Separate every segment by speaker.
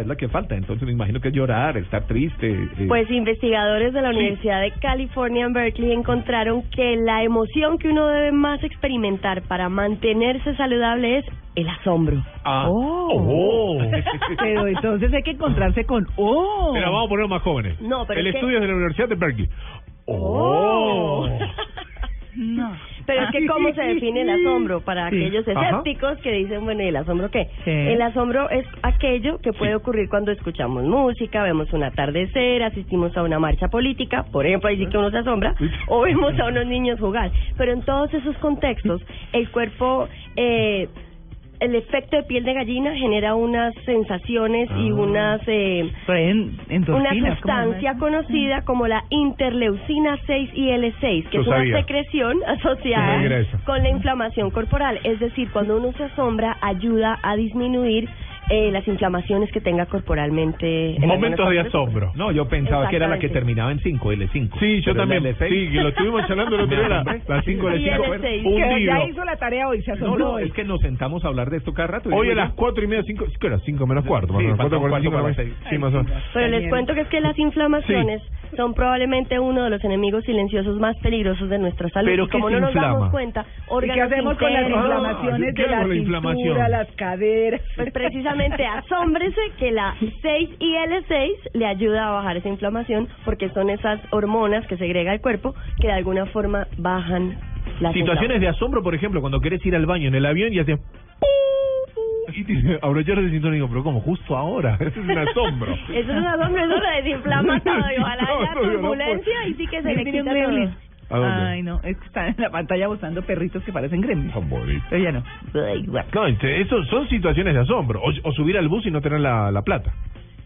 Speaker 1: Es la que falta, entonces me imagino que es llorar, estar triste. eh,
Speaker 2: Pues investigadores de la Universidad de California en Berkeley encontraron que la emoción que uno debe más experimentar para mantenerse saludable es el asombro.
Speaker 1: ah,
Speaker 3: Oh.
Speaker 1: oh.
Speaker 3: Pero entonces hay que encontrarse con ¡Oh!
Speaker 1: Pero vamos a ponerlo más jóvenes.
Speaker 2: No, pero
Speaker 1: El
Speaker 2: es que-
Speaker 1: estudio es de la Universidad de Berkeley. Oh.
Speaker 3: No.
Speaker 2: Pero es que cómo se define el asombro para
Speaker 1: Sí.
Speaker 2: aquellos
Speaker 1: Ajá.
Speaker 2: escépticos que dicen, bueno, ¿y el asombro qué?
Speaker 3: Sí.
Speaker 2: El asombro es aquello que puede ocurrir cuando escuchamos música, vemos un atardecer, asistimos a una marcha política, por ejemplo, ahí sí que uno se asombra, o vemos a unos niños jugar. Pero en todos esos contextos, el cuerpo... Eh, el efecto de piel de gallina genera unas sensaciones
Speaker 1: Ah.
Speaker 2: y unas eh,
Speaker 3: Traen
Speaker 2: una
Speaker 3: endorfinas, ¿cómo se llama
Speaker 2: sustancia
Speaker 3: eso?
Speaker 2: conocida como la interleucina 6 IL6, que
Speaker 1: Yo
Speaker 2: es una
Speaker 1: sabía.
Speaker 2: secreción
Speaker 1: Yo sabía
Speaker 2: asociada
Speaker 1: eso.
Speaker 2: con la inflamación corporal. Es decir, cuando uno se asombra, ayuda a disminuir eh, las inflamaciones que tenga corporalmente. en
Speaker 1: Momentos de
Speaker 2: algunas partes.
Speaker 1: asombro.
Speaker 4: No, yo pensaba que era la que terminaba en 5, L5.
Speaker 1: Sí, yo
Speaker 4: Pero es la
Speaker 1: también.
Speaker 4: L6.
Speaker 1: Sí, que lo estuvimos charlando el otro día. la-
Speaker 4: Hombre.
Speaker 1: Las 5
Speaker 2: Y
Speaker 1: de
Speaker 2: el
Speaker 1: 5.
Speaker 2: L6.
Speaker 3: Que
Speaker 1: Hundido.
Speaker 3: ya hizo la tarea hoy, se
Speaker 4: No,
Speaker 3: asombró
Speaker 4: no,
Speaker 3: hoy.
Speaker 4: es que nos sentamos a hablar de esto cada rato.
Speaker 1: Hoy a
Speaker 4: Digo,
Speaker 1: las
Speaker 4: ya.
Speaker 1: 4 y media, 5 horas, 5 menos cuarto. más o menos, cuatro
Speaker 4: falta un
Speaker 1: cuarenta y cinco,
Speaker 4: cuarto para
Speaker 1: cuarenta y-
Speaker 4: las
Speaker 1: Sí, más o menos.
Speaker 2: Pero les
Speaker 3: También.
Speaker 2: cuento que es que las inflamaciones son probablemente uno de los enemigos silenciosos más peligrosos de nuestra salud.
Speaker 4: ¿Pero
Speaker 2: Y
Speaker 4: qué
Speaker 2: como
Speaker 4: se
Speaker 2: no nos damos
Speaker 4: inflama?
Speaker 2: cuenta,
Speaker 3: ¿Y qué
Speaker 2: órganos
Speaker 3: hacemos con las
Speaker 2: internos-
Speaker 3: inflamaciones
Speaker 1: ¿qué
Speaker 3: de la,
Speaker 1: hago con la
Speaker 3: cintura,
Speaker 1: inflamación?
Speaker 3: las caderas?
Speaker 2: Pues precisamente asómbrese que la 6IL6 le ayuda a bajar esa inflamación porque son esas hormonas que segrega el cuerpo que de alguna forma bajan la
Speaker 4: Situaciones de asombro, por ejemplo, cuando querés ir al baño en el avión y haces... Y te abrochar el cinturón y digo, pero ¿cómo? Justo ahora.
Speaker 1: Eso es un asombro.
Speaker 2: Eso es un asombro, eso lo desinflama todo y ojalá
Speaker 1: No,
Speaker 2: haya
Speaker 1: no, yo no
Speaker 2: turbulencia
Speaker 1: puedo.
Speaker 2: y sí que se
Speaker 3: Yo
Speaker 2: le quita
Speaker 3: tenía un
Speaker 2: todo.
Speaker 3: gremlin.
Speaker 1: ¿A dónde?
Speaker 3: Ay, no, es que están en la pantalla buscando perritos que parecen gremlins.
Speaker 1: Ah, bonito.
Speaker 3: Pero ya no.
Speaker 1: No, este, eso son situaciones de asombro. O, o subir al bus y no tener la, la plata.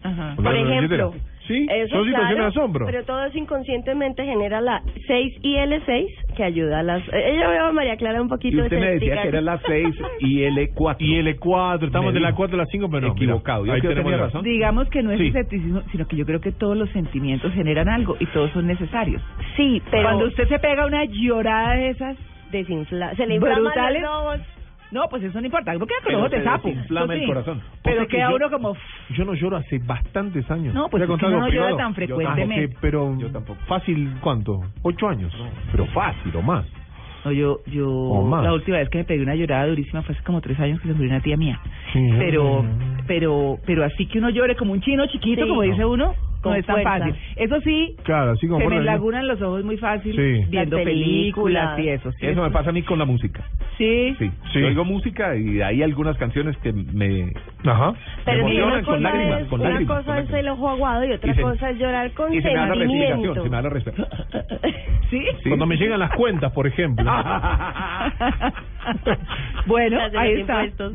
Speaker 3: Ajá.
Speaker 2: Por
Speaker 1: Claro,
Speaker 2: ejemplo,
Speaker 1: billetera. Sí,
Speaker 2: eso,
Speaker 1: son situaciones
Speaker 2: claro,
Speaker 1: de asombro.
Speaker 2: Pero todo eso inconscientemente genera la 6IL6 que ayuda a las... eh, Yo veo a María Clara un poquito
Speaker 4: Y usted me decía
Speaker 2: escéptica.
Speaker 4: que era la 6 y L4.
Speaker 1: Y L4, estamos
Speaker 4: Me
Speaker 1: de la
Speaker 4: dijo.
Speaker 1: 4 a las 5, pero no. mira,
Speaker 4: Equivocado, yo
Speaker 1: ahí
Speaker 4: creo que
Speaker 1: tenemos
Speaker 4: tenía
Speaker 1: la-
Speaker 4: razón.
Speaker 3: Digamos que no es
Speaker 1: Sí.
Speaker 3: escepticismo, sino que yo creo que todos los sentimientos generan algo y todos son necesarios.
Speaker 2: Sí, pero
Speaker 3: Cuando usted se pega una llorada de esas,
Speaker 2: desinfla... se le inflaman
Speaker 3: Brutales.
Speaker 2: los ojos.
Speaker 3: no, pues eso no importa, uno queda con
Speaker 4: Pero
Speaker 3: ojos de
Speaker 4: se
Speaker 3: sapo.
Speaker 4: desinflama
Speaker 3: eso
Speaker 4: el
Speaker 3: sí.
Speaker 4: corazón.
Speaker 3: Pero
Speaker 4: O sea que
Speaker 3: queda
Speaker 4: yo-
Speaker 3: uno como...
Speaker 1: Yo no lloro hace bastantes años.
Speaker 3: No, pues
Speaker 1: ¿Te he
Speaker 3: es que
Speaker 1: contado
Speaker 3: uno no llora
Speaker 1: privado?
Speaker 3: tan
Speaker 1: Yo tampoco,
Speaker 3: frecuentemente.
Speaker 1: pero
Speaker 4: Yo tampoco.
Speaker 1: fácil, ¿cuánto? ¿Ocho años? Pero fácil o más.
Speaker 3: No, yo,
Speaker 1: O
Speaker 3: yo,
Speaker 1: más.
Speaker 3: la última vez que me pegué una llorada durísima fue hace como tres años que se murió una tía mía. Pero, pero, pero así que uno llore como un chino chiquito,
Speaker 2: Sí.
Speaker 3: como dice uno, no
Speaker 2: Con
Speaker 3: es tan
Speaker 2: fuerza.
Speaker 3: fácil. Eso sí,
Speaker 1: Claro, así como
Speaker 3: se
Speaker 1: por
Speaker 3: me
Speaker 1: la-
Speaker 3: lagunan los ojos muy fácil
Speaker 1: Sí.
Speaker 3: viendo
Speaker 2: Las películas.
Speaker 3: películas y eso. ¿sí?
Speaker 4: Eso me pasa a mí con la música.
Speaker 3: Sí.
Speaker 4: Sí,
Speaker 1: Sí.
Speaker 4: yo oigo música y hay algunas canciones que me...
Speaker 1: Ajá.
Speaker 2: Pero si
Speaker 4: emocionan
Speaker 2: una
Speaker 4: con
Speaker 2: cosa
Speaker 4: lágrimas,
Speaker 2: es,
Speaker 4: con
Speaker 2: una
Speaker 4: lágrimas,
Speaker 2: cosa
Speaker 4: con
Speaker 2: es el
Speaker 4: lágrimas.
Speaker 2: ojo aguado y otra
Speaker 4: Y se-
Speaker 2: cosa es llorar con
Speaker 4: Y se me da la
Speaker 2: sentimiento.
Speaker 4: respiración, se me da la respiración.
Speaker 3: ¿Sí?
Speaker 1: Cuando me llegan las cuentas, por ejemplo.
Speaker 3: bueno,
Speaker 2: Las de
Speaker 3: ahí
Speaker 2: los
Speaker 3: está.
Speaker 2: impuestos.